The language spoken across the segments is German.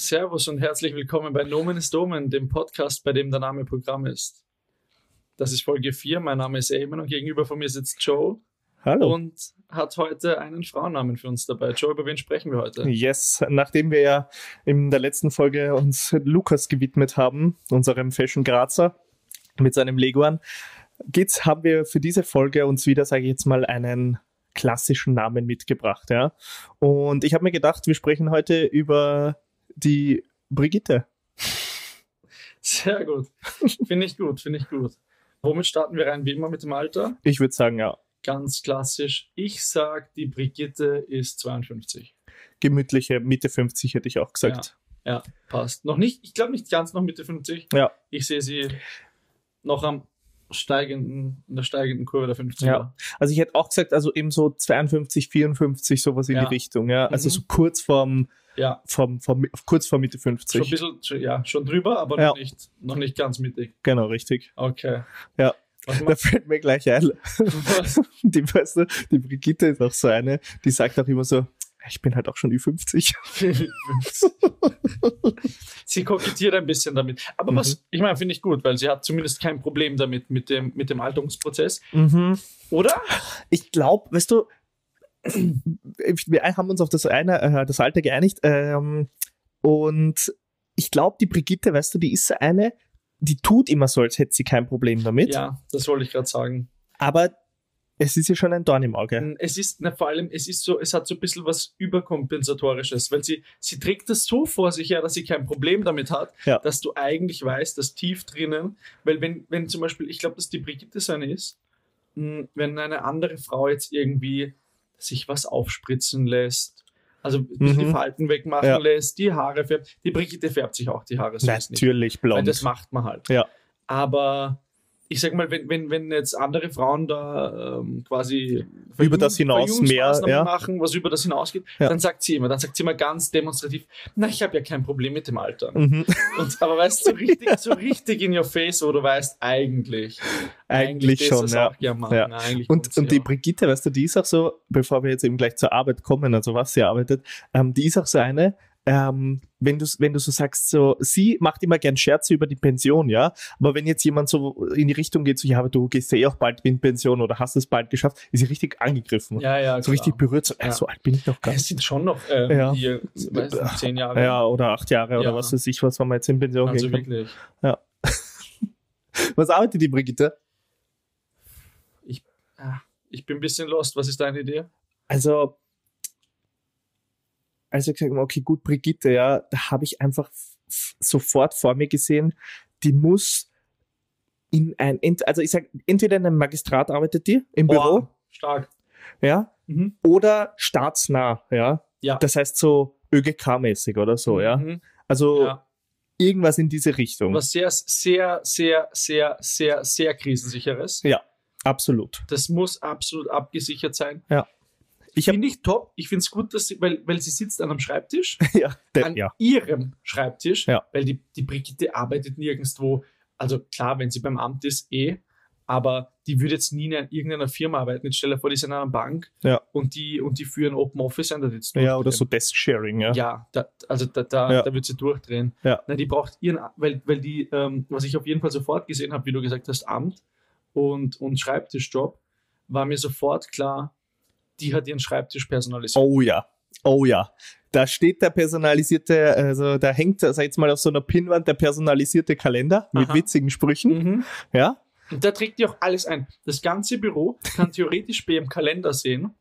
Servus und herzlich willkommen bei Nomen ist Domen, dem Podcast, bei dem der Name Programm ist. Das ist Folge 4. Mein Name ist Eamon und gegenüber von mir sitzt Joe Hallo. und hat heute einen Frauennamen für uns dabei. Joe, über wen sprechen wir heute? Yes, nachdem wir ja in der letzten Folge uns Lukas gewidmet haben, unserem Fashion Grazer mit seinem Leguan, geht's, haben wir für diese Folge uns wieder, sage ich jetzt mal, einen klassischen Namen mitgebracht. Ja? Und ich habe mir gedacht, wir sprechen heute über die Brigitte. Sehr gut. Finde ich gut, finde ich gut. Womit starten wir rein? Wie immer mit dem Alter? Ich würde sagen, ja, Ganz klassisch. Ich sag, die Brigitte ist 52. gemütliche Mitte 50 hätte ich auch gesagt. Ja, passt. Noch nicht, ich glaube nicht ganz noch Mitte 50. Ja. Ich sehe sie noch am steigenden, in der steigenden Kurve der 50er. Ja. Also ich hätte auch gesagt, also eben so 52, 54, sowas in Ja. die Richtung. Ja? Also Mhm. so kurz vorm ja. vom, vom, kurz vor Mitte Schon ein 50. bisschen, schon- ja, schon drüber, aber Ja. noch, nicht, noch nicht ganz mittig. Genau, richtig. Okay. Ja. Was Da macht fällt mir gleich ein, was? die, weißt du, die Brigitte ist auch so eine, die sagt auch immer so, ich bin halt auch schon Ü50. sie kokettiert ein bisschen damit. Aber Mhm. was, ich meine, finde ich gut, weil sie hat zumindest kein Problem damit, mit dem, mit dem Alterungsprozess. Mhm. Oder? Ich glaube, weißt du, wir haben uns auf das, eine, äh, das Alter geeinigt ähm, und ich glaube, die Brigitte, weißt du, die ist so eine, die tut immer so, als hätte sie kein Problem damit, Ja, das wollte ich gerade sagen. aber es ist ihr schon ein Dorn im Auge. Ähm, Es ist, na, vor allem, es ist so, es hat so ein bisschen was Überkompensatorisches, weil sie, sie trägt das so vor sich her, dass sie kein Problem damit hat, Ja. dass du eigentlich weißt, dass tief drinnen, weil wenn, wenn zum Beispiel, ich glaube, dass die Brigitte seine ist, mh, wenn eine andere Frau jetzt irgendwie sich was aufspritzen lässt, also ein bisschen Mhm. die Falten wegmachen Ja. lässt, die Haare färbt, die Brigitte färbt sich auch die Haare so ist nicht. Natürlich Weil blond. das macht man halt. Ja. Aber ich sag mal, wenn, wenn, wenn jetzt andere Frauen da ähm, quasi Über das hinaus Verjüngungs- mehr, Maßnahmen ja. machen, was über das hinausgeht, Ja. dann sagt sie immer, dann sagt sie immer ganz demonstrativ, na, ich habe ja kein Problem mit dem Alter. Mhm. Und, aber weißt du, so richtig, so richtig in your face, wo du weißt, eigentlich. Eigentlich das schon, ist ja. Auch, ja, Mann, Ja. Eigentlich Und, kommt's und die ja. Brigitte, weißt du, die ist auch so, bevor wir jetzt eben gleich zur Arbeit kommen, also was sie arbeitet, ähm, die ist auch so eine, ähm, wenn, du, wenn du so sagst, so, sie macht immer gern Scherze über die Pension, ja, aber wenn jetzt jemand so in die Richtung geht, so, ja, aber du gehst ja eh auch bald in Pension oder hast es bald geschafft, ist sie richtig angegriffen. ja, ja, so richtig berührt, so, äh, Ja. so alt bin ich noch gar Es nicht. sind schon noch äh, Ja. hier, weißt du, zehn Jahre. Ja, oder acht Jahre Ja. oder was weiß ich, was man jetzt in Pension also gehen kann. wirklich. Was arbeitet die Brigitte? Ah, Ich bin ein bisschen lost. Was ist deine Idee? Also, als ich gesagt habe, okay, gut, Brigitte, ja, da habe ich einfach f- f- sofort vor mir gesehen, die muss in ein, ent, also ich sag, entweder in einem Magistrat arbeitet die im Büro, Boah, stark. ja, Mhm. oder staatsnah, ja. Ja. Das heißt so ÖGK-mäßig oder so, ja. Mhm. Also Ja. irgendwas in diese Richtung. Was sehr, sehr, sehr, sehr, sehr, sehr krisensicheres. Absolut. Das muss absolut abgesichert sein. Ich habe Finde ich top. Ich finde es gut, dass sie, weil, weil sie sitzt an einem Schreibtisch, ja, der, an ja, ihrem Schreibtisch, Ja. weil die, die Brigitte arbeitet nirgendwo. Also klar, wenn sie beim Amt ist, eh. Aber die würde jetzt nie in irgendeiner Firma arbeiten. Jetzt stell dir vor, die sind an einer Bank Ja. und, die, und die führen Open Office ein. da sitzt du ja, mit oder dem. so Desk-Sharing, ja. Ja, da, also da, da, Ja. da wird sie durchdrehen. Ja. Na, die braucht ihren, A- weil, weil die, ähm, was ich auf jeden Fall sofort gesehen habe, wie du gesagt hast, Amt und, und Schreibtischjob, war mir sofort klar, die hat ihren Schreibtisch personalisiert. Oh ja, oh ja. Da steht der personalisierte, also da hängt, sag ich jetzt mal, auf so einer Pinnwand der personalisierte Kalender mit Aha. witzigen Sprüchen. Mhm. Ja, Und da trägt die auch alles ein. Das ganze Büro kann theoretisch bei ihrem Kalender sehen,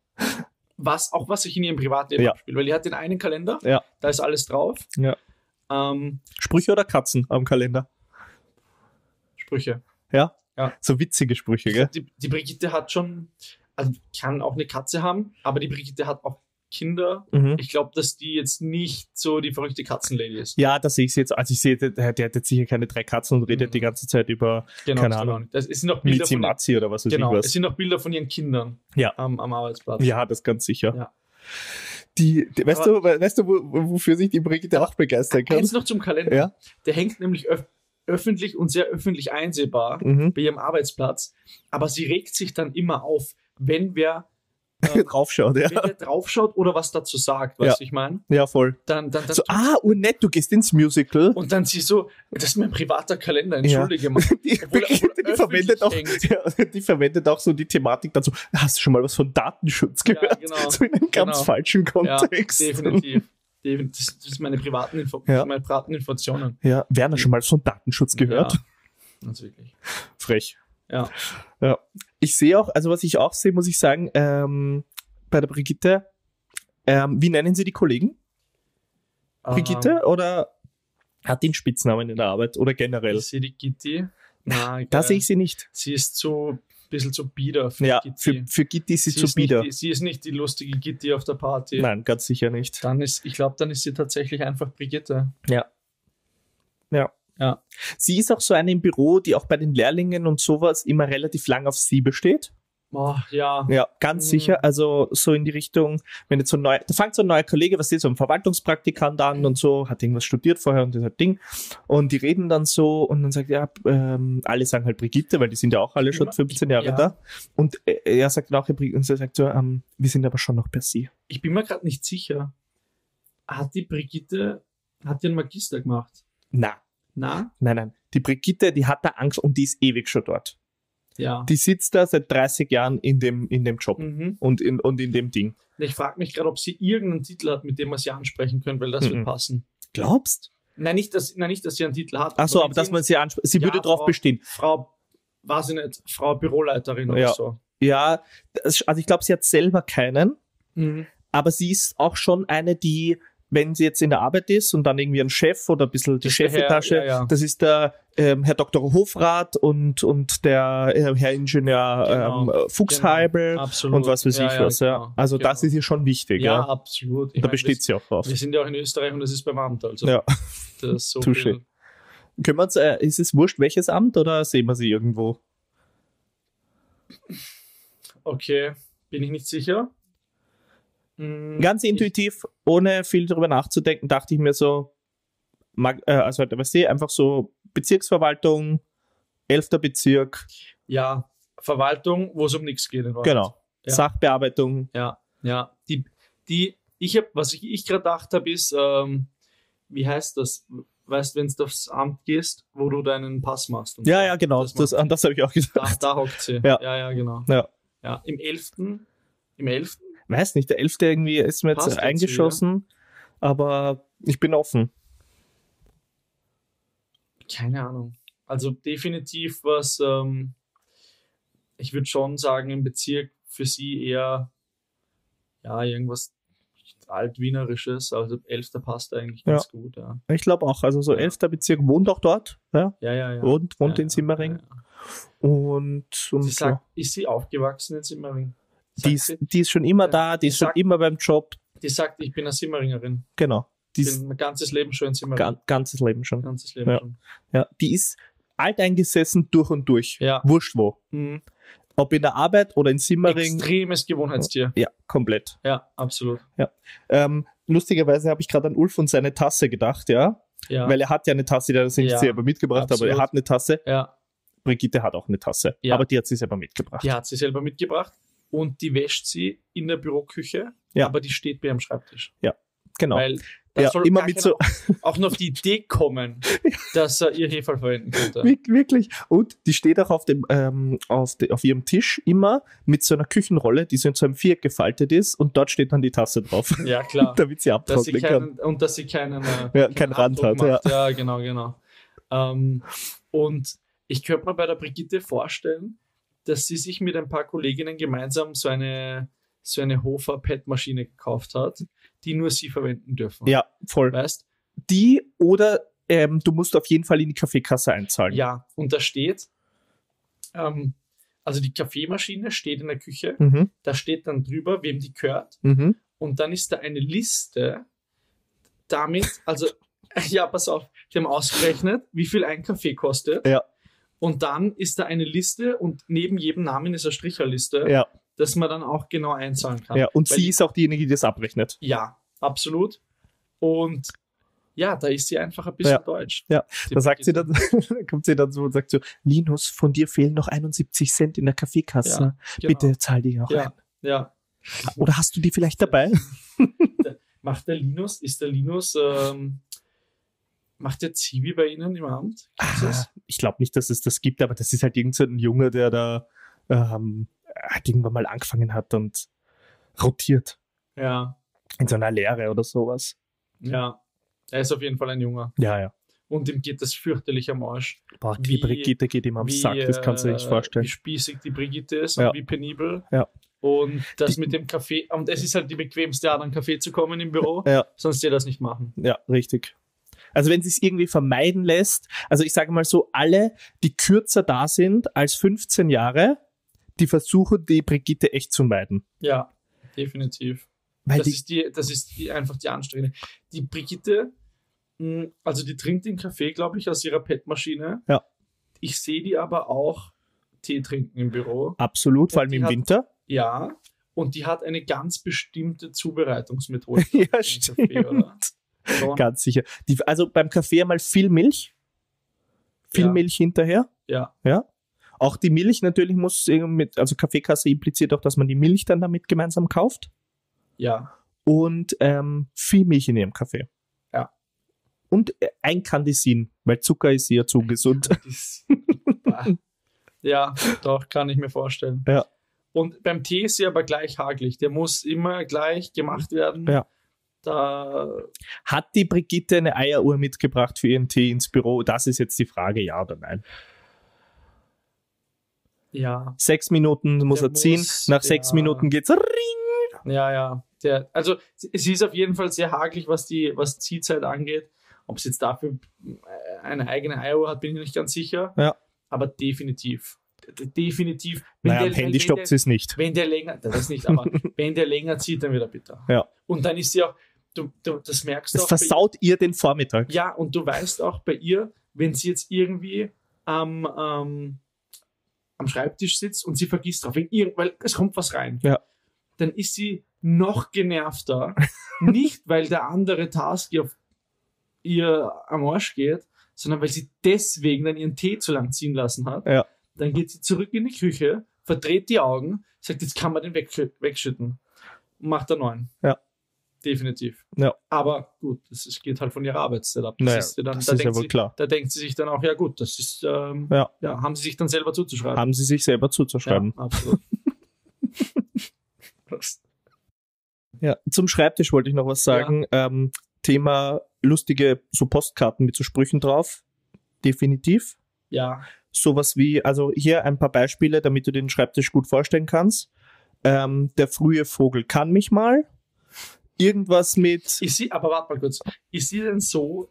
was auch was sich in ihrem Privatleben Ja. abspielt. Weil die hat den einen Kalender, Ja. da ist alles drauf. Ja. Ähm, Sprüche oder Katzen am Kalender. Sprüche. So witzige Sprüche, gell? die, die Brigitte hat schon, also kann auch eine Katze haben, aber die Brigitte hat auch Kinder. Mhm. Ich glaube, dass die jetzt nicht so die verrückte Katzenlady ist. Ja, das sehe ich jetzt. Also ich sehe, der, der hat jetzt sicher keine drei Katzen und redet Mhm. die ganze Zeit über Genau, keine das Ahnung. glaube ich nicht. Das, es sind noch Bilder Mizi von ihren, Mazzi oder was weiß genau, ich es was. sind noch Bilder von ihren Kindern Ja. am, am Arbeitsplatz. Ja, das ganz sicher. Ja. Die, die, weißt, Aber- Also du, we- weißt du, wo- wo- wofür sich die Brigitte auch begeistern kann? Eins noch zum Kalender. Ja. Der hängt nämlich öf öffentlich und sehr öffentlich einsehbar Mhm. bei ihrem Arbeitsplatz. Aber sie regt sich dann immer auf, wenn wer äh, draufschaut, ja. wenn der draufschaut oder was dazu sagt, weißt du, ich meine? Ja, voll. Dann, dann, dann So, ah, Urnett, du gehst ins Musical. und dann siehst du, das ist mein privater Kalender, entschuldige mal. Die, Obwohl er- obwohl er die, verwendet auch, öffentlich ja, die verwendet auch so die Thematik dazu. Hast du schon mal was von Datenschutz Ja, gehört? genau. So in einem ganz Genau. falschen Ja, Kontext. definitiv. Defin- Das das sind meine privaten, Info Ja. meine privaten Informationen. Ja, Werner schon mal von Datenschutz gehört. Ja, ganz wirklich. Frech. Ja. ja. Ich sehe auch, also was ich auch sehe, muss ich sagen, ähm, bei der Brigitte, ähm, wie nennen Sie die Kollegen? Ähm. Brigitte oder hat die einen Spitznamen in der Arbeit oder Ähm, generell? ich äh, sehe die Gitti. Na, Da geil. sehe ich sie nicht. Sie ist zu, ein bisschen zu bieder für Ja, Gitti. für, für Gitti ist sie, sie, zu ist bieder. Nicht, die- sie ist nicht die lustige Gitti auf der Party. Nein, ganz sicher nicht. Dann ist, ich glaube, dann ist sie tatsächlich einfach Brigitte. Sie ist auch so eine im Büro, die auch bei den Lehrlingen und sowas immer relativ lang auf sie besteht. Oh, ja. Ja, ganz Mhm. sicher. Also so in die Richtung, wenn jetzt so ein neuer, da fängt so ein neuer Kollege, was ist so ein Verwaltungspraktikant an und so, hat irgendwas studiert vorher und das halt Ding. Und die reden dann so und dann sagt er, ja, ähm, alle sagen halt Brigitte, weil die sind ja auch alle schon Ich- 15 Jahre ja. da. Und äh, er sagt dann auch, Herr Brigitte, und sie sagt so, ähm, wir sind aber schon noch per Sie. Ich bin mir gerade nicht sicher. Hat die Brigitte, hat die einen Magister gemacht? Na, Na? nein, nein. Die Brigitte, die hat da Angst und die ist ewig schon dort. Ja. Die sitzt da seit 30 Jahren in dem, in dem Job Mhm. und, in, und in dem Ding. Ich frage mich gerade, ob sie irgendeinen Titel hat, mit dem wir sie ansprechen können, weil das Mhm. wird passen. Glaubst? Nein, nicht, dass, nein, nicht, dass sie einen Titel hat. Ach so, aber mit dass dem- man sie anspricht. Sie Ja, würde drauf Frau- bestehen. Frau, weiß ich nicht, Frau Büroleiterin Ja. oder so. Ja, das, also ich glaube, sie hat selber keinen, Mhm. aber sie ist auch schon eine, die, wenn sie jetzt in der Arbeit ist und dann irgendwie ein Chef oder ein bisschen die Das ist der Herr, Chefetage, ja, ja. das ist der ähm, Herr Dr. Hofrat und, und der äh, Herr Ingenieur Genau, ähm, Fuchsheibel Absolut. und was weiß ich was. Ja. genau, also genau. das ist ihr schon wichtig. Ja, Ja, absolut. Ich Da mein, besteht sie auch drauf. wir, wir sind ja auch in Österreich und das ist beim Amt. Also Ja. das ist so Touché. viel. Können wir uns, äh, ist es wurscht, welches Amt oder sehen wir sie irgendwo? Okay, bin ich nicht sicher. Mhm. Ganz intuitiv, ohne viel drüber nachzudenken, dachte ich mir so, mag, äh, also weißt du, einfach so Bezirksverwaltung, 11. Bezirk, Ja, Verwaltung, wo es um nichts geht. in Wahrheit. genau. Ja. Sachbearbeitung. Ja, ja. Die, die, ich hab, was ich, ich gerade gedacht habe, ist, ähm, wie heißt das? Weißt, wenn du aufs Amt gehst, wo du deinen Pass machst. und Ja, so. ja, genau. Das Ah. Das, an das habe ich auch Da, gedacht. da hockt sie. Ja. ja, ja genau. Ja. ja im 11. Im 11. Weiß nicht, der 11. irgendwie ist mir jetzt Passt dazu, eingeschossen, aber ich bin offen. Keine Ahnung. Also definitiv was, ähm, ich würde schon sagen, im Bezirk für sie eher, ja, irgendwas altwienerisches, also 11. passt eigentlich Ja. ganz gut, ja. Ich glaube auch, also so Ja. 11. Bezirk wohnt auch dort, ja, Ja, ja, ja. wohnt, wohnt ja, in ja, Simmering ja, ja. und, und Sie ja. sagt, ist sie aufgewachsen in Simmering? Sagt die, ist, sie, die ist schon immer Ja. da, die ist schon Sag- immer beim Job, die sagt, ich bin eine Simmeringerin. genau. Die Ich ist bin mein ganzes Leben schon in Simmering. gan ganzes Leben schon. ganzes Leben Ja. schon. Ja, die ist alteingesessen durch und durch. Ja. Wurscht wo. Mhm. Ob in der Arbeit oder in Simmering. Extremes Gewohnheitstier. Ja, komplett. Ja, absolut. Ähm, lustigerweise habe ich gerade an Ulf und seine Tasse gedacht, ja? Ja, Weil er hat ja eine Tasse, die hat er sich Ja, selber mitgebracht, aber er absolut. hat eine Tasse. ja. Brigitte hat auch eine Tasse, Ja. aber die hat sie selber mitgebracht. Die hat sie selber mitgebracht und die wäscht sie in der Büroküche, Ja. aber die steht bei ihrem Schreibtisch. Genau. Weil da ja, soll immer gar mit so, keiner auch noch auf die Idee kommen, dass er ihr Hefe verwenden könnte. Wirk- wirklich. Und die steht auch auf, dem, ähm, auf, de, auf ihrem Tisch immer mit so einer Küchenrolle, die so in so einem Viereck gefaltet ist und dort steht dann die Tasse drauf, Ja, klar. damit sie Dass sie abtrocknen kann. keinen, und dass sie keinen, äh, Ja, keinen keinen Rand Abdruck hat, ja. macht. Ja, genau, genau. Ähm, und ich könnte mir bei der Brigitte vorstellen, dass sie sich mit ein paar Kolleginnen gemeinsam so eine, so eine Hofer-Pet-Maschine gekauft hat, die nur sie verwenden dürfen. Ja, voll. Weißt? die oder ähm, du musst auf jeden Fall in die Kaffeekasse einzahlen. Ja, und da steht, ähm, also die Kaffeemaschine steht in der Küche, Mhm, da steht dann drüber, wem die gehört, mhm. und dann ist da eine Liste damit, also, ja, pass auf, die haben ausgerechnet, wie viel ein Kaffee kostet. Ja. Und dann ist da eine Liste und neben jedem Namen ist eine Stricherliste, Ja, dass man dann auch genau einzahlen kann. ja. Und Weil sie ist auch diejenige, die das abrechnet. Ja, absolut. Und ja, da ist sie einfach ein bisschen Ja. deutsch. Ja, Die Da sagt sie Brigitte. dann, kommt sie dann so und sagt so, Linus, von dir fehlen noch 71 Cent in der Kaffeekasse. Ja, genau. Bitte zahl die noch Ja, ein. ja. Oder hast du die vielleicht dabei? Macht der Linus, ist der Linus, ähm, macht der Zivi bei Ihnen im Amt? Gibt's das? Ah, Ich glaube nicht, dass es das gibt, aber das ist halt irgend so ein Junge, der da ähm, halt irgendwann mal angefangen hat und rotiert Ja, in so einer Lehre oder sowas. ja. Er ist auf jeden Fall ein Junger. Ja, ja. Und ihm geht das fürchterlich am Arsch. Boah, die Wie- Brigitte geht ihm am wie, Sack, das kannst du dir äh, nicht vorstellen. Wie spießig die Brigitte ist Ja. und wie penibel. Ja. Und das Die- mit dem Kaffee, und es ist halt die bequemste Art, an Kaffee zu kommen im Büro, Ja. sonst ihr das nicht machen. Ja, richtig. Also wenn sie es irgendwie vermeiden lässt, also ich sage mal so, alle, die kürzer da sind als 15 Jahre, die versuchen die Brigitte echt zu meiden. Ja, definitiv. Weil das die, ist die, das ist die, einfach die anstrengende. Die Brigitte, mh, also die trinkt den Kaffee, glaube ich, aus ihrer PET-Maschine. Ja. Ich sehe die aber auch Tee trinken im Büro. absolut, vor Und allem die im hat- Winter. Ja. Und die hat eine ganz bestimmte Zubereitungsmethode. für Ja, den stimmt. Kaffee, oder? Schon, Ganz sicher. Die, also beim Kaffee einmal viel Milch. Viel Ja. Milch hinterher. ja. Auch die Milch natürlich muss irgendwie mit, also Kaffeekasse impliziert auch, dass man die Milch dann damit gemeinsam kauft. Ja. Und ähm, viel Milch in ihrem Kaffee. Ja. Und äh, ein Candisin, weil Zucker ist ihr zu gesund. Das- ja, doch, kann ich mir vorstellen. Ja. Und beim Tee ist sie aber gleich hagelig. Der muss immer gleich gemacht werden. Ja. Da Hat die Brigitte eine Eieruhr mitgebracht für ihren Tee ins Büro? Das ist jetzt die Frage, ja oder nein. Ja, Sechs Minuten muss Der er ziehen. muss, Nach sechs ja. Minuten geht's. Ring. ja, ja. Der, also sie sie ist auf jeden Fall sehr hagelig, was die was Ziehzeit angeht. Ob sie jetzt dafür äh, eine eigene Eieruhr hat, bin ich nicht ganz sicher. Ja. Aber definitiv. De- Definitiv. Naja, der- am Handy stoppt der, sie es nicht. wenn der länger, das ist nicht, aber wenn der länger zieht, dann wird er bitter. Ja. Und dann ist sie auch, du, du, das merkst du Das auch. bei versaut ihr den Vormittag. ihr- Ja, und du weißt auch bei ihr, wenn sie jetzt irgendwie am, ähm, am Schreibtisch sitzt und sie vergisst drauf, wegen irgend, weil es kommt was rein. Ja. dann ist sie noch genervter. Nicht, weil der andere Task ihr, auf- ihr am Arsch geht, sondern weil sie deswegen dann ihren Tee zu lang ziehen lassen hat. Ja. Dann geht sie zurück in die Küche, verdreht die Augen, sagt, jetzt kann man den wegschü- wegschütten. Und macht einen neuen. Ja. Definitiv. Ja. Aber gut, das ist, geht halt von ihrer Arbeitszeit ab. Naja, ihr dann, das da ist ja denkt wohl sie, klar. Da denkt sie sich dann auch, ja gut, das ist, ähm, Ja. ja, haben sie sich dann selber zuzuschreiben. Haben sie sich selber zuzuschreiben. Ja, absolut. das Ja. Zum Schreibtisch wollte ich noch was sagen. Ähm, Thema lustige so Postkarten mit so Sprüchen drauf. Definitiv. Ja, sowas wie, also hier ein paar Beispiele, damit du den Schreibtisch gut vorstellen kannst. Ähm, der frühe Vogel kann mich mal. Irgendwas mit. ist sie, aber warte mal kurz, ist sie denn so,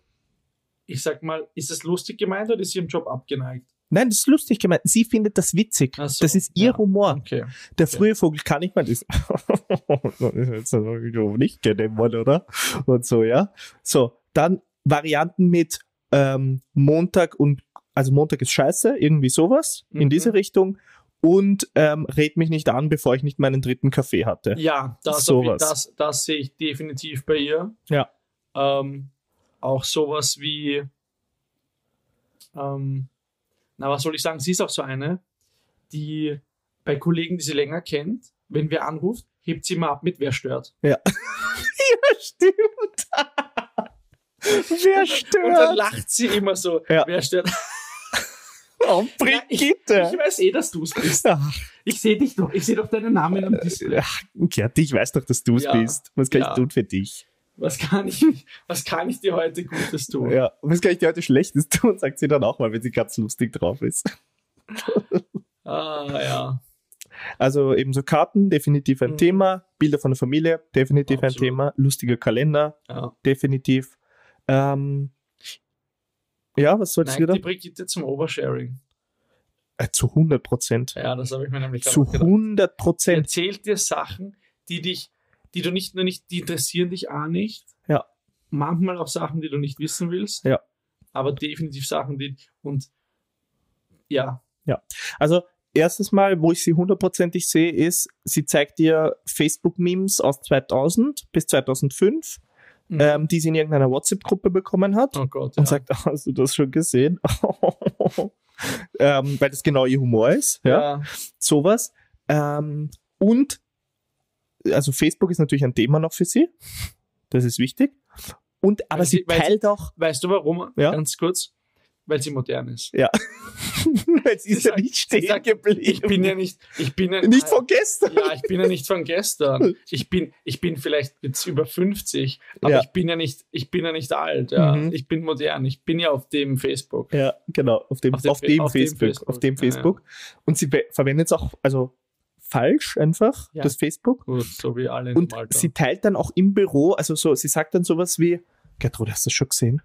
ich sag mal, ist es lustig gemeint oder ist sie im Job abgeneigt? Nein, das ist lustig gemeint. Sie findet das witzig. Ach so, das ist ihr ja. Humor. Okay. Der frühe Vogel kann nicht mal das. das ist jetzt so nicht genommen, oder? Und so, ja. So, dann Varianten mit ähm, Montag und, also Montag ist scheiße, irgendwie sowas in Mhm. diese Richtung. Und ähm, red mich nicht an, bevor ich nicht meinen dritten Kaffee hatte. Ja, das, Sowas. auf- das, das sehe ich definitiv bei ihr. Ja. Ähm, auch sowas wie, ähm, na, was soll ich sagen? Sie ist auch so eine, die bei Kollegen, die sie länger kennt, wenn wer anruft, hebt sie mal ab mit, wer stört. Stimmt. Wer Und dann stört? lacht sie immer so, Ja. wer stört. Oh, Ich Brigitte. weiß eh, dass du es bist. Ach, Ich sehe dich doch, ich sehe doch deinen Namen am Display. ach, Gerti, ich weiß doch, dass du es Ja. bist. Was kann Ja. ich tun für dich? Was kann ich, was kann ich dir heute Gutes tun? Ja, was kann ich dir heute Schlechtes tun? Sagt sie dann auch mal, wenn sie ganz lustig drauf ist. Ah, ja. Also eben so Karten, definitiv ein Mhm. Thema. Bilder von der Familie, definitiv ein Absolut. Thema. Lustiger Kalender, ja. definitiv. Ähm, ja, was sollst du Neigt da? die Brigitte zum Oversharing. Äh, zu 100 Prozent. Ja, das habe ich mir nämlich gerade Zu auch gedacht. 100 Sie Prozent. erzählt dir Sachen, die dich, die du nicht nur nicht, die interessieren dich auch nicht. Ja. Manchmal auch Sachen, die du nicht wissen willst. Ja. Aber definitiv Sachen, die und ja, Also, erstes Mal, wo ich sie hundertprozentig sehe, ist, sie zeigt dir Facebook-Memes aus 2000 bis 2005, Mhm. ähm, die sie in irgendeiner WhatsApp-Gruppe bekommen hat oh Gott. und ja. sagt, hast du das schon gesehen? ähm, weil das genau ihr Humor ist. Ja. ja. Sowas. Ähm, und also Facebook ist natürlich ein Thema noch für sie. Das ist wichtig. Und, aber Weil sie sie- weil sie- teilt auch, Weißt du warum? Ja. Ganz kurz. Weil sie modern ist. jetzt ist ja sagt- nicht stehen sagt, geblieben. Ich bin ja nicht. Ich bin ja nicht von gestern. Ja, ich bin ja nicht von gestern. Ich bin, ich bin vielleicht jetzt über 50, aber Ja. ich bin ja nicht, ich bin ja nicht alt. Ja. Mhm. Ich bin modern. Ich bin ja auf dem Facebook. Ja, genau, auf dem, auf Auf dem, dem Fe- auf dem Facebook, Facebook, Auf dem ja, ja. Facebook. Und sie be- verwendet es auch, also falsch einfach, Ja. das Facebook. Gut, so wie alle in Und dem Alter. sie teilt dann auch im Büro, also so, sie sagt dann sowas wie, Gertrud, hast du das schon gesehen?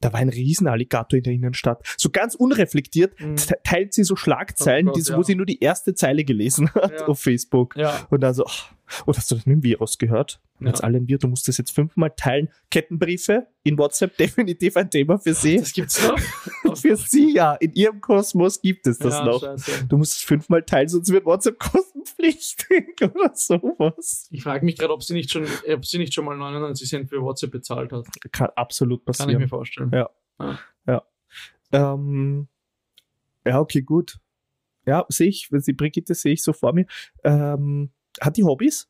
Da war ein Riesenalligator in der Innenstadt. So ganz unreflektiert Mhm. te- teilt sie so Schlagzeilen, Oh Gott, die, wo ja. sie nur die erste Zeile gelesen hat Ja. auf Facebook. ja, Und dann so, ach, und hast du das mit dem Virus gehört? Und Ja. Jetzt alle ein Virus, du musst das jetzt fünfmal teilen. Kettenbriefe in WhatsApp, definitiv ein Thema für sie. das gibt's noch. Für sie ja, in ihrem Kosmos gibt es das ja, noch. Scheiße. Du musst es fünfmal teilen, sonst wird WhatsApp kostenpflichtig oder sowas. Ich frage mich gerade, ob sie nicht schon, ob sie nicht schon mal 99 Cent für WhatsApp bezahlt hat. Kann Kann absolut ich mir passieren. vorstellen. Ja. ähm, ja, okay, gut. Ja, sehe ich, die Brigitte sehe ich so vor mir. Ähm, hat die Hobbys?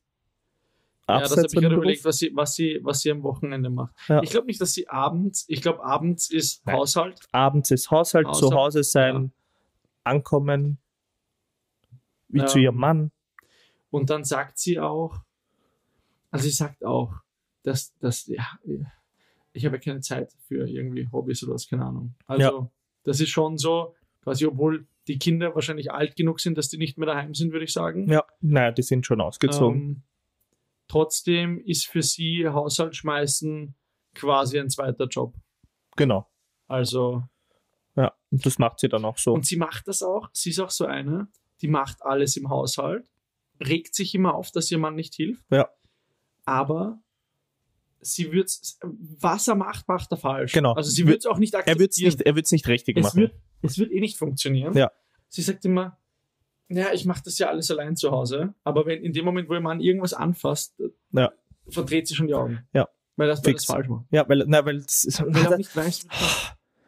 Ja, das habe ich von gerade dem überlegt, Beruf? was sie, was sie, was sie am Wochenende macht. Ja. Ich glaube nicht, dass sie abends, ich glaube abends ist Nein. Haushalt. Abends ist Haushalt, zu Haushalt, Hause sein, ankommen, wie zu Ähm, ihrem Mann. Und dann sagt sie auch, also sie sagt auch, dass, dass ja, ich habe ja keine Zeit für irgendwie Hobbys oder was, keine Ahnung. Also das ist schon so, quasi obwohl die Kinder wahrscheinlich alt genug sind, dass die nicht mehr daheim sind, würde ich sagen. Ja, naja, die sind schon ausgezogen. Ähm, trotzdem ist für sie Haushalt schmeißen quasi ein zweiter Job. Genau. Also Ja, und das macht sie dann auch so. Und sie macht das auch. Sie ist auch so eine, die macht alles im Haushalt, regt sich immer auf, dass ihr Mann nicht hilft. Ja. Aber sie wird, was er macht, macht er falsch. Genau. Also sie wird es auch nicht akzeptieren. er wird es nicht, er wird's nicht richtig es machen. wird, es wird eh nicht funktionieren. Ja. Sie sagt immer, ja, ich mache das ja alles allein zu Hause. Aber wenn in dem Moment, wo ihr Mann irgendwas anfasst, äh, Ja. verdreht sie schon die Augen. Ja. Weil das, weil das Fix. falsch macht. Ja, weil, na, weil das ist, Weil er auch nicht weiß.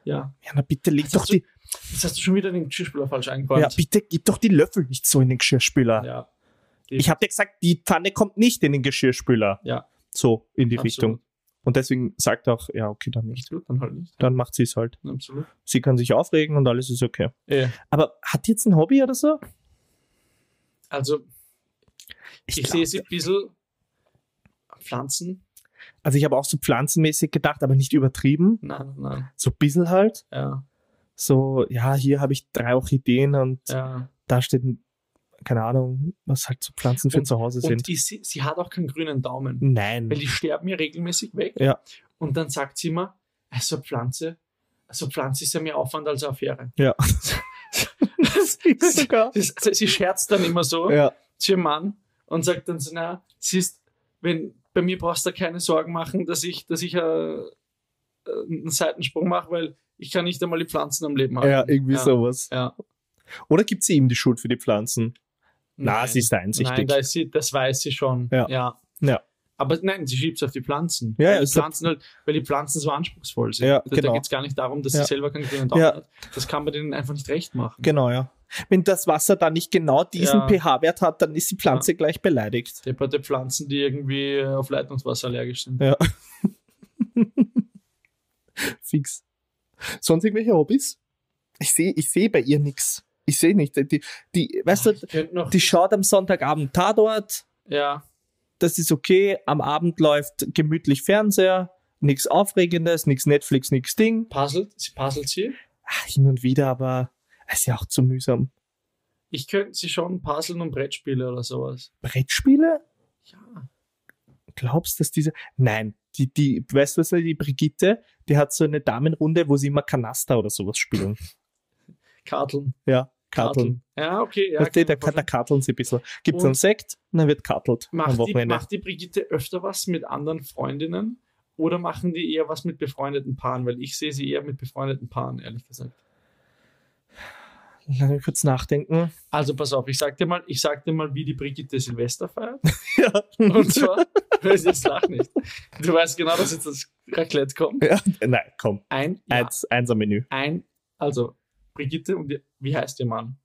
Ja. ja, na, bitte leg Das doch hast du- die, Jetzt hast du schon wieder den Geschirrspüler falsch eingeräumt. ja, bitte gib doch die Löffel nicht so in den Geschirrspüler. ja. Ich habe dir gesagt, die Pfanne kommt nicht in den Geschirrspüler. Ja. So, in die Absolut. Richtung. Und deswegen sagt er auch, ja, okay, dann Nicht nicht. gut, dann halt nicht. Dann macht sie es halt. Absolut. Sie kann sich aufregen und alles ist okay. Aber hat die jetzt ein Hobby oder so? Also, ich, glaub- sehe sie ein bisschen Pflanzen. Also ich habe auch so pflanzenmäßig gedacht, aber nicht übertrieben. Nein, nein, So ein bisschen halt. ja, So, ja, hier habe ich drei Orchideen und ja. da steht, ein- keine Ahnung, was halt so Pflanzen für Und- zu Hause Und sind. die, sie, sie hat auch keinen grünen Daumen, Nein. weil die sterben ja regelmäßig weg. Mhm. Ja. Und dann sagt sie immer, also eine Pflanze, also eine Pflanze ist ja mehr Aufwand als eine Affäre. Ja. das ist sogar. ist, also sie scherzt dann immer so Ja, zu ihrem Mann und sagt dann so, na, siehst, wenn, bei mir brauchst du dir keine Sorgen machen, dass ich, dass ich äh, äh, einen Seitensprung mache, weil ich kann nicht einmal die Pflanzen am Leben halten. ja, irgendwie ja. sowas. Ja. Oder gibt sie ihm die Schuld für die Pflanzen? Na, sie ist da Nein, einsichtig. da ist sie, das weiß sie schon. Ja. Ja. Ja. Aber nein, sie schiebt es auf die Pflanzen. Ja, ja, weil die es ist- Pflanzen halt, weil die Pflanzen so anspruchsvoll sind. Ja, da genau. da geht es gar nicht darum, dass Ja. sie selber keinen grünen Daumen Ja. hat. Das kann man denen einfach nicht recht machen. genau, ja. Wenn das Wasser dann nicht genau diesen Ja. pH-Wert hat, dann ist die Pflanze gleich beleidigt. Depperte Pflanzen, halt die irgendwie äh, auf Leitungswasser allergisch sind. Ja. Fix. Sonst irgendwelche Hobbys? Ich sehe ich seh bei ihr nichts. Ich sehe nicht. Die, die, weißt du, Ich könnte noch, die schaut am Sonntagabend Tatort, ja, das ist okay. Am Abend läuft gemütlich Fernseher, nichts Aufregendes, nichts Netflix, nichts Ding. puzzelt, sie puzzelt sie. Ah, hin und wieder, aber es ist ja auch zu mühsam. Ich könnte sie schon puzzeln und Brettspiele oder sowas. Brettspiele? Ja. Glaubst du, dass diese. Nein, die, die, weißt du was, die Brigitte, die hat so eine Damenrunde, wo sie immer Kanaster oder sowas spielen. Karteln. Ja, Karteln. Ja, okay. Ja, Weißt du, kann da, ich mir da karteln sie ein bisschen. Gibt es Und- einen Sekt, und dann wird kartelt am Macht die, Wochenende. macht die Brigitte öfter was mit anderen Freundinnen oder machen die eher was mit befreundeten Paaren? Weil ich sehe sie eher mit befreundeten Paaren, ehrlich gesagt. Lass mich kurz nachdenken. Also pass auf, ich sag dir mal, ich sag dir mal, wie die Brigitte Silvester feiert. ja. Und zwar, jetzt lach nicht. Du weißt genau, dass jetzt das Raclette kommt. ja. Nein, komm. Ein, ja, Eins, eins am Menü. ein, also Brigitte und ihr- wie heißt ihr Mann?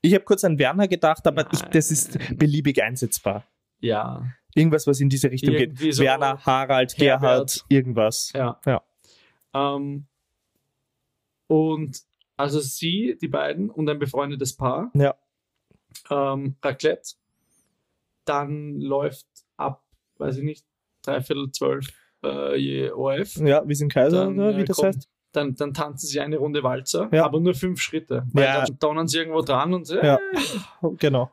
Ich habe kurz an Werner gedacht, aber ich, das ist Nein. beliebig einsetzbar. Ja, Irgendwas, was in diese Richtung Irgendwie geht. so Werner, Harald, Herbert. Gerhard, irgendwas. ja. Ja. Ähm, und also sie, die beiden und ein befreundetes Paar. Ja. Ähm, Raclette. Dann läuft ab, weiß ich nicht, dreiviertel zwölf äh, je OF. Ja, wir sind Kaiser, Dann, oder wie äh, das komm. heißt. Dann, dann tanzen sie eine Runde Walzer, Ja. aber nur fünf Schritte. Weil Ja. dann donnern sie irgendwo dran und äh, Ja. ja. Genau.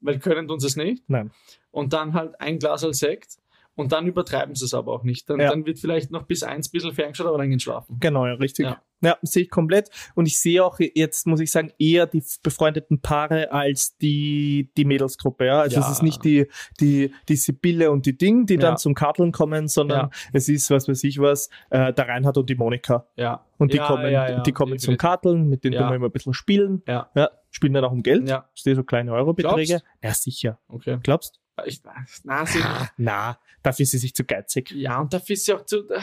weil können tun sie es nicht. Nein. Und dann halt ein Glas als Sekt und dann übertreiben sie es aber auch nicht. Dann, Ja. dann wird vielleicht noch bis eins ein bisschen ferngeschaut, aber dann gehen schlafen. Genau, ja, richtig. Ja. Ja. sehe ich komplett. Und ich sehe auch jetzt, muss ich sagen, eher die f- befreundeten Paare als die, die Mädelsgruppe. Ja? Also es Ja. ist nicht die, die, die Sibylle und die Ding, die dann Ja. zum Karteln kommen, sondern Ja. es ist, was weiß ich was, äh, der Reinhard und die Monika. Ja. Und die ja, kommen, ja, ja, die kommen zum definitiv. Karteln, mit denen Ja. tun wir immer ein bisschen spielen. Ja. spielen dann auch um Geld. Ja, Stehen so kleine Eurobeträge. Glaubst? Ja, sicher. okay. Glaubst? Ich, na, sie, Na, dafür ist sie sich zu geizig. ja, und dafür ist sie auch zu, äh,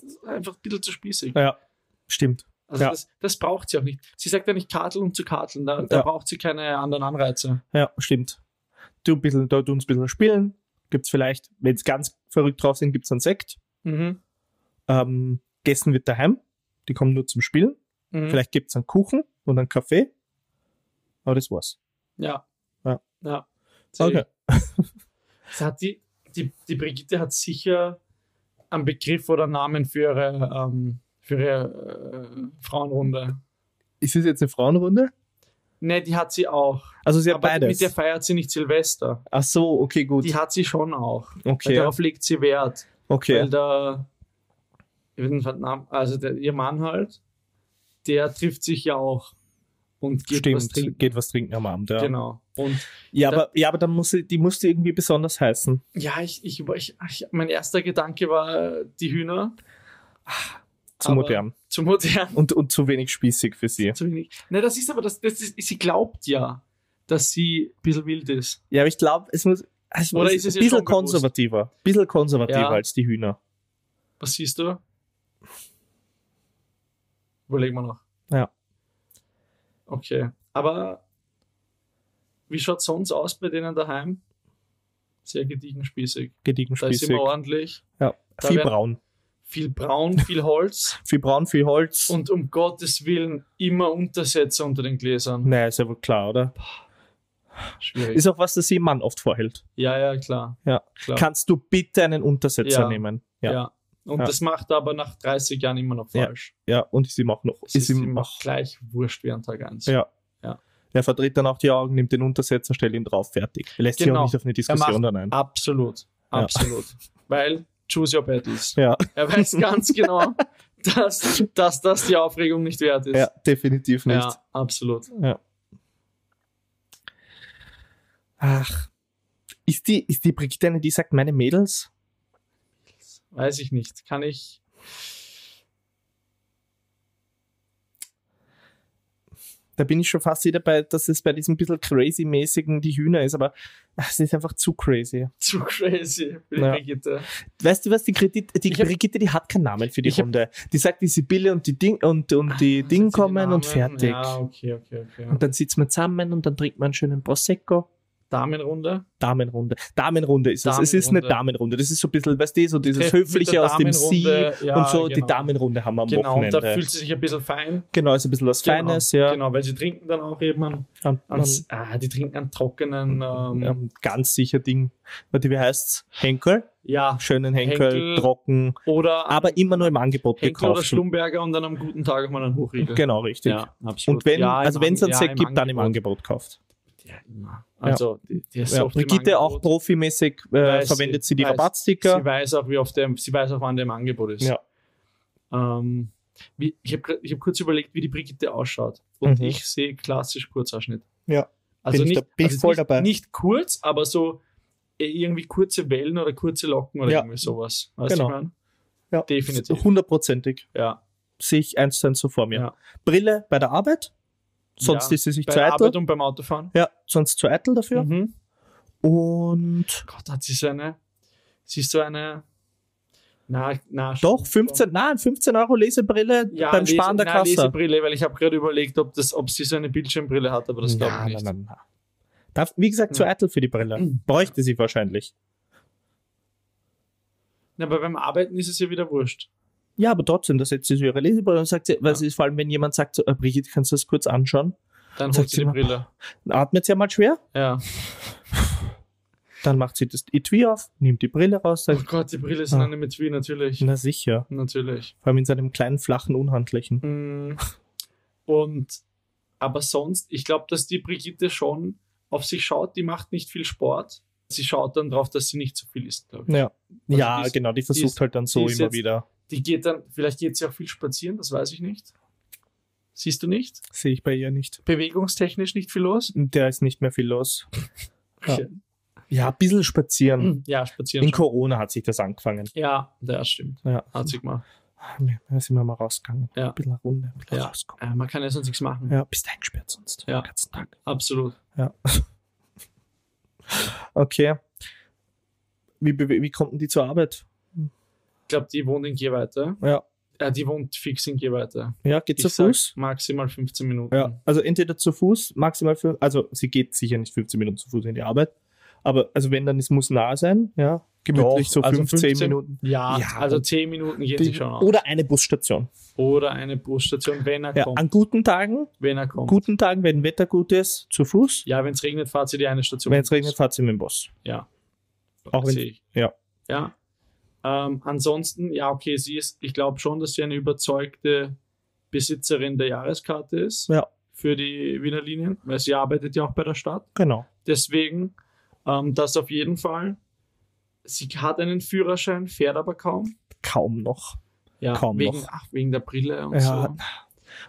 das ist einfach ein bisschen zu spießig. Ja, stimmt. Also ja. das, das braucht sie auch nicht. Sie sagt ja nicht Karteln, um zu karteln. Da, Ja. da braucht sie keine anderen Anreize. Ja, stimmt. Du ein bisschen, da tun ein bisschen spielen. Gibt es vielleicht, wenn es ganz verrückt drauf sind, gibt es einen Sekt. Mhm. Ähm, gegessen wird daheim. Die kommen nur zum Spielen. Mhm. Vielleicht gibt es einen Kuchen und einen Kaffee. Aber das war's. Ja. Ja. ja. Sie, Okay. sie hat die, die, die Brigitte hat sicher einen Begriff oder einen Namen für ihre, ähm, für ihre äh, Frauenrunde. Ist es jetzt eine Frauenrunde? Ne, die hat sie auch. Also sie hat Aber mit der beides. feiert sie nicht Silvester. Ach so, okay, gut. Die hat sie schon auch. Weil okay, Darauf legt sie Wert. okay. Weil der, ich weiß nicht, den Namen- also der, ihr Mann halt, der trifft sich ja auch und geht was Stimmt, trinken. geht was trinken am Abend, ja. Genau. Und Ja, aber, ja, aber dann muss sie, die musste irgendwie besonders heißen. ja, ich, ich, über- ich, ich, mein erster Gedanke war äh, die Hühner Zu Aber- modern. zu modern. Und, und zu wenig spießig für sie. Zu wenig. Na, das ist aber, das, das ist, sie glaubt ja, dass sie ein bisschen wild ist. Ja, aber ich glaube, es muss. Es Oder muss ist es ein ihr bisschen schon bewusst? konservativer. Ein bisschen konservativer Ja. als die Hühner. Was siehst du? Überlegen wir noch. Ja. Okay. Aber wie schaut sonst aus bei denen daheim? Sehr gediegen spießig. Gediegen Da ist spießig. immer ordentlich. Ja. Da Viel wär- braun. Viel braun, viel Holz Viel braun, viel Holz. und um Gottes Willen immer Untersätze unter den Gläsern. naja, ist ja wohl klar, oder? Schwierig. Ist auch was, das sie im Mann oft vorhält. ja, ja, klar. Ja. klar. Kannst du bitte einen Untersetzer Ja. nehmen? ja. Ja. ja. Und Ja. das macht er aber nach 30 Jahren immer noch Ja. falsch. und ist ihm auch noch. Es ist, ihm auch. auch gleich wurscht wie an Tag 1. Ja. Ja. Er verdreht dann auch die Augen, nimmt den Untersetzer, stellt ihn drauf, fertig. Er lässt sich auch Genau. nicht auf eine macht- Diskussion dann ein. Absolut. Ja. Absolut. Weil choose your battles. Ja, Er weiß ganz genau, dass, dass das die Aufregung nicht wert ist. ja, definitiv nicht. Ja, absolut. Ach. Ist die, ist die Brigitte eine, die sagt, meine Mädels? Weiß ich nicht. Kann ich. Da bin ich schon fast wieder bei, dass es bei diesem bisschen crazy-mäßigen die Hühner ist, aber ach, es ist einfach zu crazy. Zu crazy für die Ja. Brigitte. Weißt du was, die, Kredit, die Ich hab- Brigitte, die hat keinen Namen für die Ich hab- Runde. Die sagt, die Sibylle und die Ding und, und die Setzt sie Ding den kommen und Namen. fertig. Ja, okay, okay, okay. Und dann sitzt man zusammen und dann trinkt man einen schönen Prosecco. Damenrunde. Damenrunde. Damenrunde ist es. Es ist eine Damenrunde. Damenrunde. Das ist so ein bisschen, weißt du, so dieses Trifft mit der Höfliche aus dem Sie Damenrunde. Ja, und so. Die genau. Damenrunde haben wir am Genau, und Wochenende. da fühlt sie sich ein bisschen fein. genau, ist ein bisschen was Feines, genau, ja. Genau, weil sie trinken dann auch eben an, Am- am- an ah, die trinken an trockenen, ähm, am ganz sicher Ding. Warte, wie heißt's? Henkel? ja, Schönen Henkel, Henkel. trocken, oder an aber immer nur im Angebot Henkel oder gekauft. Schlumberger und dann am guten Tag auch mal einen Hochriegel. Genau, richtig. Ja, absolut. Und wenn, ja, im also wenn es einen An- Sekt im gibt, dann im Angebot. Angebot kauft. Ja, immer. Also, die, die ist Ja. so oft im Brigitte auch Angebot. profimäßig äh, Weiß verwendet sie, sie die weiß. Sie Rabattsticker. weiß auch, wie oft der, sie weiß auch, wann der im Angebot ist. Ja. Ähm, wie, ich habe ich hab kurz überlegt, wie die Brigitte ausschaut. Und Mhm. ich sehe klassisch Kurzhaarschnitt. Ja. Also Bin ich nicht, da- bin ich also voll nicht, dabei. Nicht kurz, aber so äh, irgendwie kurze Wellen oder kurze Locken oder Ja. irgendwie sowas. Weißt Genau. du, ich mein? Ja. Definitiv. Hundertprozentig. Ja. Sehe ich eins zu eins so vor mir. Ja. Brille bei der Arbeit. Sonst Ja. ist sie sich Bei zu der Arbeit eitel. und beim Autofahren. Ja, sonst zu eitel dafür. Mhm. Und Gott, hat sie so eine. Sie ist so eine. Na, na, doch, 15, nein, 15 Euro Lesebrille Ja, beim Lese- Sparen der na, Kasse. Lesebrille, weil ich habe gerade überlegt, ob, das, ob sie so eine Bildschirmbrille hat, aber das glaube Nein, ich nicht. nein, nein, nein. Na, wie gesagt, zu Ja. eitel für die Brille. Mhm. Bräuchte sie wahrscheinlich. Na, aber beim Arbeiten ist es ja wieder wurscht. Ja, aber trotzdem, da setzt sie so ihre Lesebrille und sagt, sie, was ist vor allem, wenn jemand sagt, so, äh, Brigitte, kannst du das kurz anschauen? Dann Sagt holt sie sie die mal- Brille. Atmet sie mal schwer, Ja. dann macht sie das Etui auf, nimmt die Brille raus, Oh sagt, Gott, die Brille ist Ja. eine mit wie, natürlich. na sicher. Natürlich. Vor allem in seinem kleinen, flachen, unhandlichen. Mm. Und, aber sonst, ich glaube, dass die Brigitte schon auf sich schaut, die macht nicht viel Sport. Sie schaut dann drauf, dass sie nicht zu viel isst, glaube ich. Ja, ja Also die ist- genau, die versucht ist- halt dann so die ist immer jetzt- wieder. Die geht dann, vielleicht geht sie auch viel spazieren, das weiß ich nicht. Siehst du nicht? Sehe ich bei ihr nicht. Bewegungstechnisch nicht viel los? Da ist nicht mehr viel los. Ja. Okay. Hm. Ja, ein bisschen spazieren. Ja, spazieren. In schon. Corona hat sich das angefangen. Ja, das stimmt. Ja. Ah, Hat sich mal. Da sind wir mal rausgegangen. Ja. Ein bisschen eine Runde, ein bisschen Ja. rauskommen. Äh, man kann ja sonst nichts machen. Ja, bist eingesperrt sonst. Ja. Den ganzen Tag. Absolut. Okay. Wie, be- wie kommt denn die zur Arbeit? Ich glaube, die wohnt in Gehweite. Ja. Äh, die wohnt fix in Gehweite. Ja, geht Ich zu sag Mhm. Fuß? Maximal 15 Minuten. Ja, also entweder zu Fuß, maximal für, also sie geht sicher nicht 15 Minuten zu Fuß in die Arbeit, aber also wenn dann, es muss nah sein, ja, gemütlich Doch, so also 15, 15 Minuten. Ja, Ja, also dann- 10 Minuten geht Die, sich schon aus. oder eine Busstation. Oder eine Busstation, wenn er Ja, kommt. an guten Tagen, Wenn er kommt. guten Tagen, wenn Wetter gut ist, zu Fuß. Ja, wenn es regnet, fahrt sie die eine Station. Wenn es regnet, fahrt sie mit dem Bus. Ja. Auch wenn Sehe ich. ja. Ja. Ähm, ansonsten, ja, okay, sie ist, ich glaube schon, dass sie eine überzeugte Besitzerin der Jahreskarte ist. Ja. Für die Wiener Linien, weil sie arbeitet ja auch bei der Stadt. genau. Deswegen, ähm, das auf jeden Fall. Sie hat einen Führerschein, fährt aber kaum. Kaum noch. Ja, Kaum wegen, noch. Ach, wegen der Brille und Ja.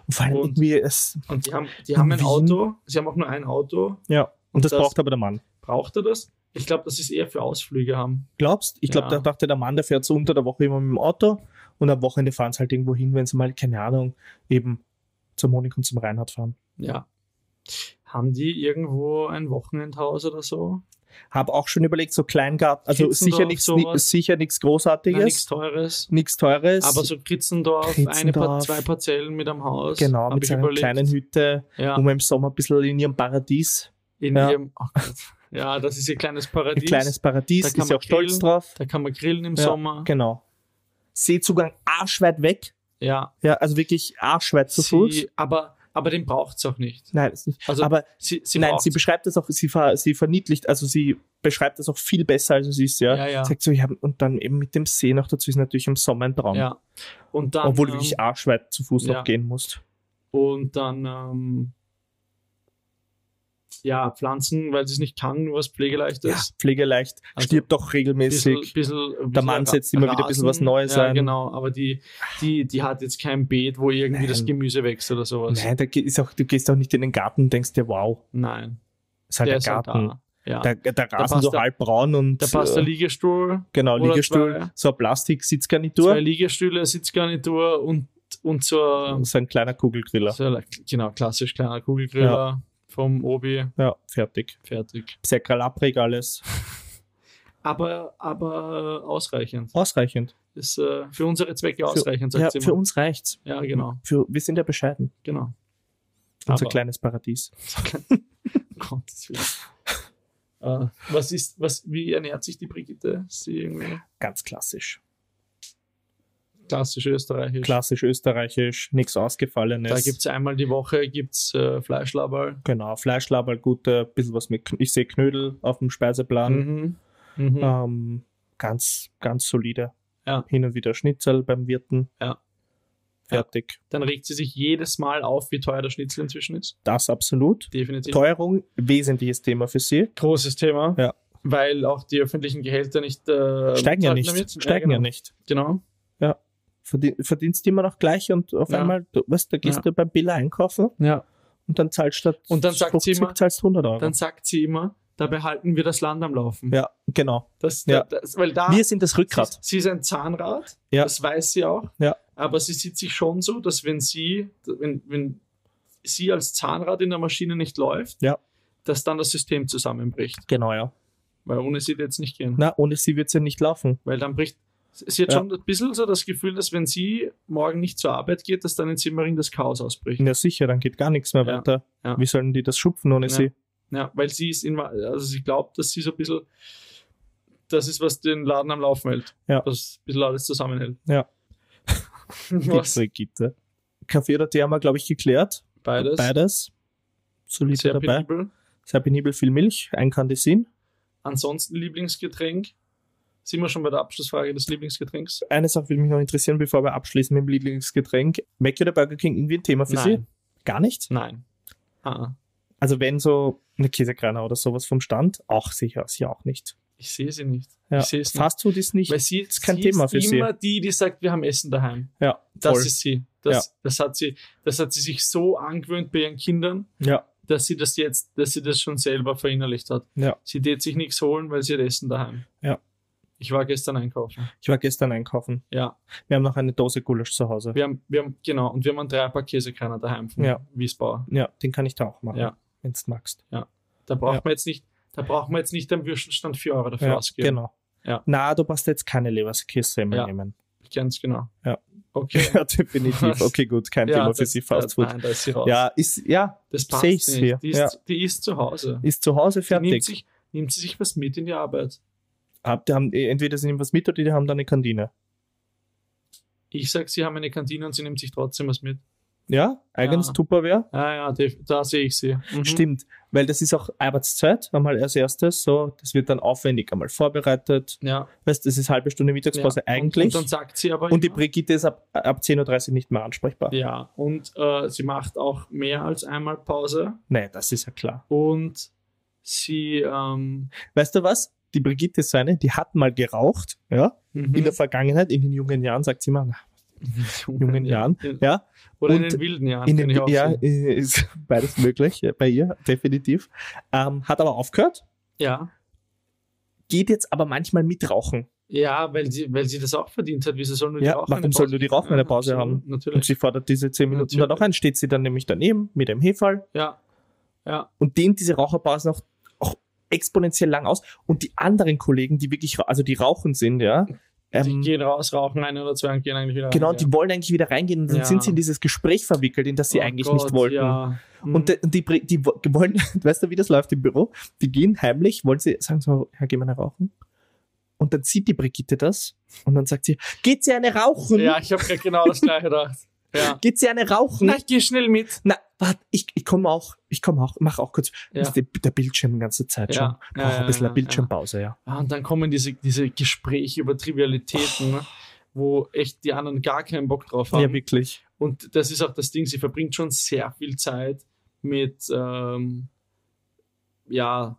Und vor allem Und- irgendwie es. so. Und die haben, die In haben ein Wien? Auto, sie haben auch nur ein Auto. Ja. Und das, Das- braucht aber der Mann. Braucht er das? Ich glaube, das ist eher für Ausflüge haben. Glaubst? Ich glaube, Ja. da dachte der Mann, der fährt so unter der Woche immer mit dem Auto und am Wochenende fahren sie halt irgendwo hin, wenn sie mal, keine Ahnung, eben zur Monika und zum Reinhard fahren. Ja. Haben die irgendwo ein Wochenendhaus oder so? Habe auch schon überlegt, so Kleingarten, also Kitzendorf, sicher nichts ni- sowas? sicher nichts Nein, nichts Großartiges, Teures. nichts Teures. Aber so Kritzendorf, Eine Kritzendorf. Par zwei Parzellen mit am Haus. genau, hab mit ich seiner überlegt. kleinen Hütte, Ja, wo man im Sommer ein bisschen in ihrem Paradies, in ja. ihrem. Ach Gott. Ja, das ist ihr kleines Paradies. ein kleines Da Paradies, kann ist ja man auch stolz grillen. drauf. Da kann man grillen im Ja, Sommer. Genau. Seezugang arschweit weg. Ja, Ja, also wirklich arschweit zu Fuß. sie, aber, aber den braucht es auch nicht. Nein, das nicht. Also, aber Sie, sie Nein, braucht's. sie beschreibt das auch, sie, ver, sie verniedlicht, also sie beschreibt das auch viel besser, als es ist, ja. Ja, ja. Sagt so, ja, und dann eben mit dem See noch dazu ist natürlich im Sommer ein Traum. ja. Und dann, Obwohl du ähm, wirklich arschweit zu Fuß ja. noch gehen musst. Und dann, ähm, ja, Pflanzen, weil sie es nicht kann, nur was pflegeleichtes. ja, pflegeleicht, Also, stirbt auch regelmäßig. Bissl- bissl- bissl Der Mann Ra- setzt immer wieder ein bisschen was Neues ja, ein. genau, aber die, die, die hat jetzt kein Beet, wo irgendwie Nein. das Gemüse wächst oder sowas. Nein, da ge- ist auch, du gehst auch nicht in den Garten und denkst dir, wow, Nein. ist halt der der, ist halt Garten. da. Ja. Da, da, rasen passt so der- halb braun und da passt der äh, Liegestuhl, genau, oder Liegestuhl, zwei. so eine zwei Plastik-Sitzgarnitur Liegestühle, Sitzgarnitur und, und so, und so ein kleiner Kugelgriller. so ein- genau, klassisch kleiner Kugelgriller vom Obi, Ja, fertig. fertig. Sehr kalabrig alles. Aber, aber ausreichend. Ausreichend. Ist äh, für unsere Zwecke ausreichend, sagt Ja, sie für immer. uns reicht's. Ja, genau, Für, wir sind ja bescheiden. genau. Unser Aber- kleines Paradies. Gottes Willen. Äh, was ist, was, wie ernährt sich die Brigitte? Ist sie irgendwie Ganz klassisch. klassisch österreichisch? Klassisch österreichisch, nichts Ausgefallenes. Da gibt es einmal die Woche gibt's, äh, Fleischlaberl. genau, Fleischlaberl, gute, bisschen was mit. Kn- Ich sehe Knödel auf dem Speiseplan. Mhm. Mhm. Ähm, ganz, ganz solide. Ja. Hin und wieder Schnitzel beim Wirten. Ja. Fertig. Dann regt sie sich jedes Mal auf, wie teuer der Schnitzel inzwischen ist. Das absolut. Definitiv. Teuerung, wesentliches Thema für Sie. Großes Thema. Ja. Weil auch die öffentlichen Gehälter nicht. Äh, Steigen ja mithalten nicht. damit. Steigen ja, genau. nicht. Genau. Verdien- Verdienst immer noch gleich und auf Ja. einmal, du, was, da gehst Ja. du beim Billa einkaufen Ja. und dann zahlst statt Und dann sagt sie immer- zahlst 100 Euro. Dann sagt sie immer, dabei halten wir das Land am Laufen. ja, genau. Das, Ja. Ah, das, weil da, Wir sind das Sie, Rückgrat. sie ist ein Zahnrad, Ja. das weiß sie auch. Ja. Aber sie sieht sich schon so, dass wenn sie, wenn, wenn sie als Zahnrad in der Maschine nicht läuft, Ja. dass dann das System zusammenbricht. Genau, ja. Weil ohne sie wird es nicht gehen. Na, ohne sie wird es ja nicht laufen. Weil dann bricht. Sie hat Ja. schon ein bisschen so das Gefühl, dass wenn sie morgen nicht zur Arbeit geht, dass dann in Simmering das Chaos ausbricht. Ja, sicher, dann geht gar nichts mehr Ja, weiter. ja. Wie sollen die das schupfen ohne Ja. sie? Ja, weil sie ist in, also sie glaubt, dass sie so ein bisschen das ist, was den Laden am Laufen hält. Ja. Was ein bisschen alles zusammenhält. Ja. was? Brigitte. Kaffee oder Tee haben wir, glaube ich, geklärt. Beides. Beides. Solide Sehr dabei. penibel. Sehr penibel, viel Milch, ein Kandisin. Ansonsten Lieblingsgetränk. Sind wir schon bei der Abschlussfrage des Lieblingsgetränks? Eine Sache würde mich noch interessieren, bevor wir abschließen mit dem Lieblingsgetränk. Mac oder Burger King irgendwie ein Thema für Nein. Sie? Gar nicht? Nein. Ah, Also wenn so eine Käsekraner oder sowas vom Stand, auch sicher, sie auch nicht. ich sehe sie nicht. Ja. Ich sehe es nicht. Fast Food ist nicht. Weil sie ist kein sie Thema ist für sie. immer die, die sagt, wir haben Essen daheim. ja, Das voll. ist sie. Das, das hat sie. Das hat sie sich so angewöhnt bei ihren Kindern, ja, dass sie das jetzt, dass sie das schon selber verinnerlicht hat. Ja. Sie tät sich nichts holen, weil sie hat Essen daheim. Ja. Ich war gestern einkaufen. ich war gestern einkaufen. Ja. Wir haben noch eine Dose Gulasch zu Hause. Wir haben, wir haben, genau, und wir haben einen Dreipack Käsekörner daheim von Ja. Wiesbauer. Ja, den kann ich da auch machen, Ja. wenn du magst. Da braucht Ja. man jetzt nicht, da braucht man jetzt nicht am Würstelstand 4 Euro dafür Ja, ausgeben. genau. Ja. Na, du brauchst jetzt keine Leberkäse mehr Ja. nehmen. Ganz genau. Ja. Okay. Ja, definitiv. Was? Okay, gut, kein Thema das- für äh, Sie, Fast Food. Nein, da ist sie raus. Ja, ist, ja, das passt seh ich's nicht. hier. Die, ist, Ja. die ist zu Hause. ist zu Hause Die nimmt, fertig. sich, nimmt sie sich was mit in die Arbeit. Hab, die haben, eh, entweder sie nehmen was mit oder die haben da eine Kantine. Ich sag, sie haben eine Kantine und sie nimmt sich trotzdem was mit. Ja, eigens Ja. Tupperware. Ah ja, def- da sehe ich sie. Mhm. Stimmt, weil das ist auch Arbeitszeit einmal als erstes. So, das wird dann aufwendig einmal vorbereitet. Ja. Weißt, das ist halbe Stunde Mittagspause ja. eigentlich. Und, und dann Und, sagt sie aber. die immer- Brigitte ist ab, ab 10.30 Uhr nicht mehr ansprechbar. ja, und äh, sie macht auch mehr als einmal Pause Nein, das ist ja klar. und sie. Ähm, Weißt du was? Die Brigitte ist so eine, die hat mal geraucht, ja, mhm. in der Vergangenheit, in den jungen Jahren, sagt sie mal, na, jungen Jahren, In- ja, Oder in Und den wilden Jahren. in den, kann ich auch ja, sehen. äh, ist beides möglich äh, bei ihr, definitiv. Ähm, hat aber aufgehört, ja. geht jetzt aber manchmal mit rauchen. Ja, weil sie, weil sie das auch verdient hat. Wieso soll nur die Ja, Rauchen warum eine soll Pause nur die kriegen? Rauchen eine Ja, Pause absolut, haben? Und Natürlich. sie fordert diese 10 Minuten Natürlich. dann auch ein, steht sie dann nämlich daneben mit einem Hefall Ja. Ja. und dehnt diese Raucherpause noch auch exponentiell lang aus. Und die anderen Kollegen, die wirklich, ra- also die rauchen sind, ja, die ähm, gehen raus, rauchen ein oder zwei und gehen eigentlich wieder genau, rein, die wollen eigentlich wieder reingehen und dann Ja. sind sie in dieses Gespräch verwickelt, in das sie Oh eigentlich Gott, nicht wollten. Ja. Und die, die, bri- die wo- die wollen, weißt du, wie das läuft im Büro? Die gehen heimlich, wollen sie, sagen so, ja, gehen wir eine rauchen. Und dann sieht die Brigitte das und dann sagt sie, geht sie eine rauchen? ja, ich habe gerade genau das gleiche gedacht. Ja. Geht sie eine rauchen? Na, ich geh schnell mit. Na, warte, ich, ich komme auch, ich komme auch, mach auch kurz. Ja. Der, der Bildschirm die ganze Zeit schon. Ja, Brauch ja, ein ja, bisschen ja, eine Bildschirmpause, ja. Ah, und dann kommen diese, diese Gespräche über Trivialitäten, ne, wo echt die anderen gar keinen Bock drauf haben. wirklich. und das ist auch das Ding, sie verbringt schon sehr viel Zeit mit, ähm, ja,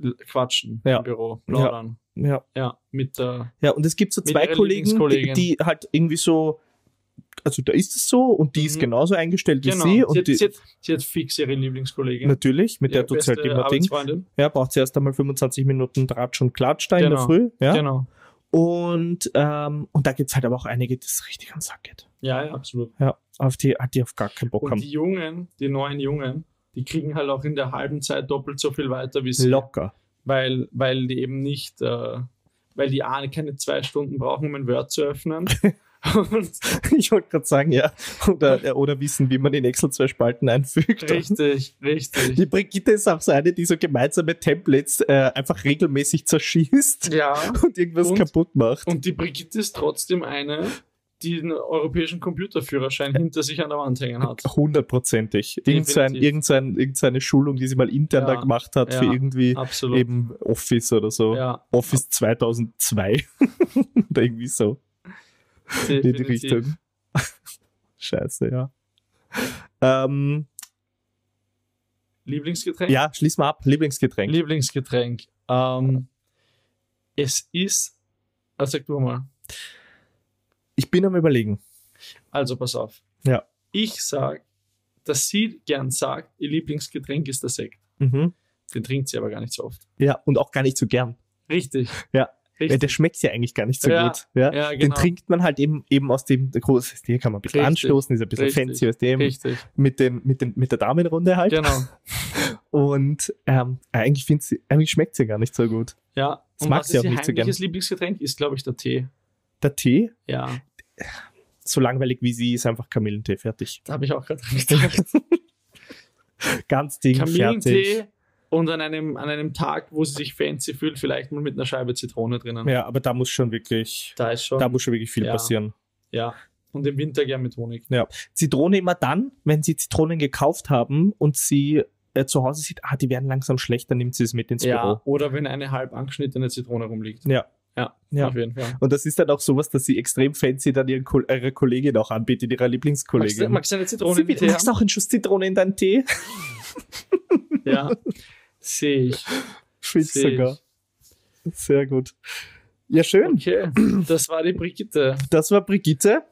l- Quatschen Ja. im Büro, plaudern. Ja. Ja, mit der, ja, und es gibt so Mit zwei ihrer Kollegen, die, Lieblingskollegin. die halt irgendwie so, also da ist es so und die ist Mhm. genauso eingestellt genau, wie sie, sie. hat, Und die, sie, hat, sie hat fix ihre Lieblingskollegin. natürlich, mit der Ihre tut sie halt beste immer Ding. Arbeitsfreundin. Ja, braucht sie erst einmal 25 Minuten Tratsch und Klatsch da in der Genau. Früh. Ja. Genau. Und, ähm, und da gibt es halt aber auch einige, die es richtig am Sack geht. Ja, ja, absolut. Ja, auf die, hat die auf gar keinen Bock Und die haben. Jungen, die neuen Jungen, die kriegen halt auch in der halben Zeit doppelt so viel weiter wie sie. Locker. weil, weil die eben nicht, äh, weil die A keine zwei Stunden brauchen, um ein Word zu öffnen. und, Ich wollte gerade sagen, ja. Oder, äh, oder wissen, wie man in Excel zwei Spalten einfügt. richtig, richtig. Die Brigitte ist auch so eine, die so gemeinsame Templates äh, einfach regelmäßig zerschießt Ja. und irgendwas Und- kaputt macht. Und die Brigitte ist trotzdem eine, die den europäischen Computerführerschein hinter sich an der Wand hängen hat. Hundertprozentig. Irgendein, Definitiv. irgendein, irgendeine Schulung, die sie mal intern Ja, da gemacht hat für ja, irgendwie Absolut. eben Office oder so. Ja, Office 2002 oder irgendwie so in die definitiv. Richtung. Scheiße, ja. Ähm, Lieblingsgetränk? ja, schließ mal ab. Lieblingsgetränk. Lieblingsgetränk. Ähm, es ist, ah, sag du mal. ich bin am Überlegen. Also pass auf. Ja. Ich sag, dass sie gern sagt, ihr Lieblingsgetränk ist der Sekt. Mhm. Den trinkt sie aber gar nicht so oft. Ja, und auch gar nicht so gern. Richtig. Ja. Weil Richtig. der schmeckt ja eigentlich gar nicht so Ja, gut. Ja, ja, Den genau. trinkt man halt eben, eben aus dem großen Hier kann man ein bisschen Richtig. anstoßen, ist ein bisschen Richtig. fancy aus dem, Richtig. mit, den, mit, den, mit der Damenrunde halt. Genau. Und ähm, eigentlich, find's- eigentlich schmeckt sie gar nicht so gut. Ja. Das mag was sie ist auch ihr nicht so gern. heimliches Lieblingsgetränk ist, glaube ich, der Tee. Der Tee, Ja. so langweilig wie sie, ist einfach Kamillentee fertig. Da habe ich auch gerade dran gedacht. Ganz Ding fertig. Kamillentee und an einem, an einem Tag, wo sie sich fancy fühlt, vielleicht mal mit einer Scheibe Zitrone drinnen. Ja, aber da muss schon wirklich, Da ist schon. da muss schon wirklich viel Ja. passieren. ja. Und im Winter gern mit Honig. Zitrone immer dann, wenn sie Zitronen gekauft haben und sie äh, zu Hause sieht, ah, die werden langsam schlecht, dann nimmt sie es mit ins Ja. Büro. Oder wenn eine halb angeschnittene Zitrone rumliegt. Ja. Ja. Ja. Auf jeden Fall. Und das ist dann auch sowas, dass sie extrem fancy dann ihren, Ko- ihrer Kollegin auch anbietet, Magst ihrer du, Lieblingskollegin. magst du eine Zitrone Sie- im Tee magst du haben? auch einen Schuss Zitrone in deinen Tee? Ja. Sehe ich. Schwitz Sehe ich. sogar. Sehr gut. Ja, schön. Okay. Das war die Brigitte. Das war Brigitte.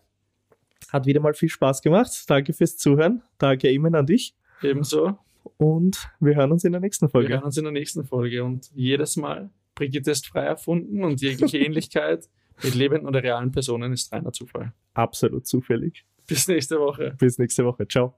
Hat wieder mal viel Spaß gemacht. Danke fürs Zuhören. Danke Ihnen an dich. Ebenso. Und wir hören uns in der nächsten Wir Folge. hören uns in der nächsten Folge. Und jedes Mal, Brigitte ist frei erfunden und jegliche Ähnlichkeit mit lebenden oder realen Personen ist reiner Zufall. Absolut zufällig. Bis nächste Woche. Bis nächste Woche. Ciao.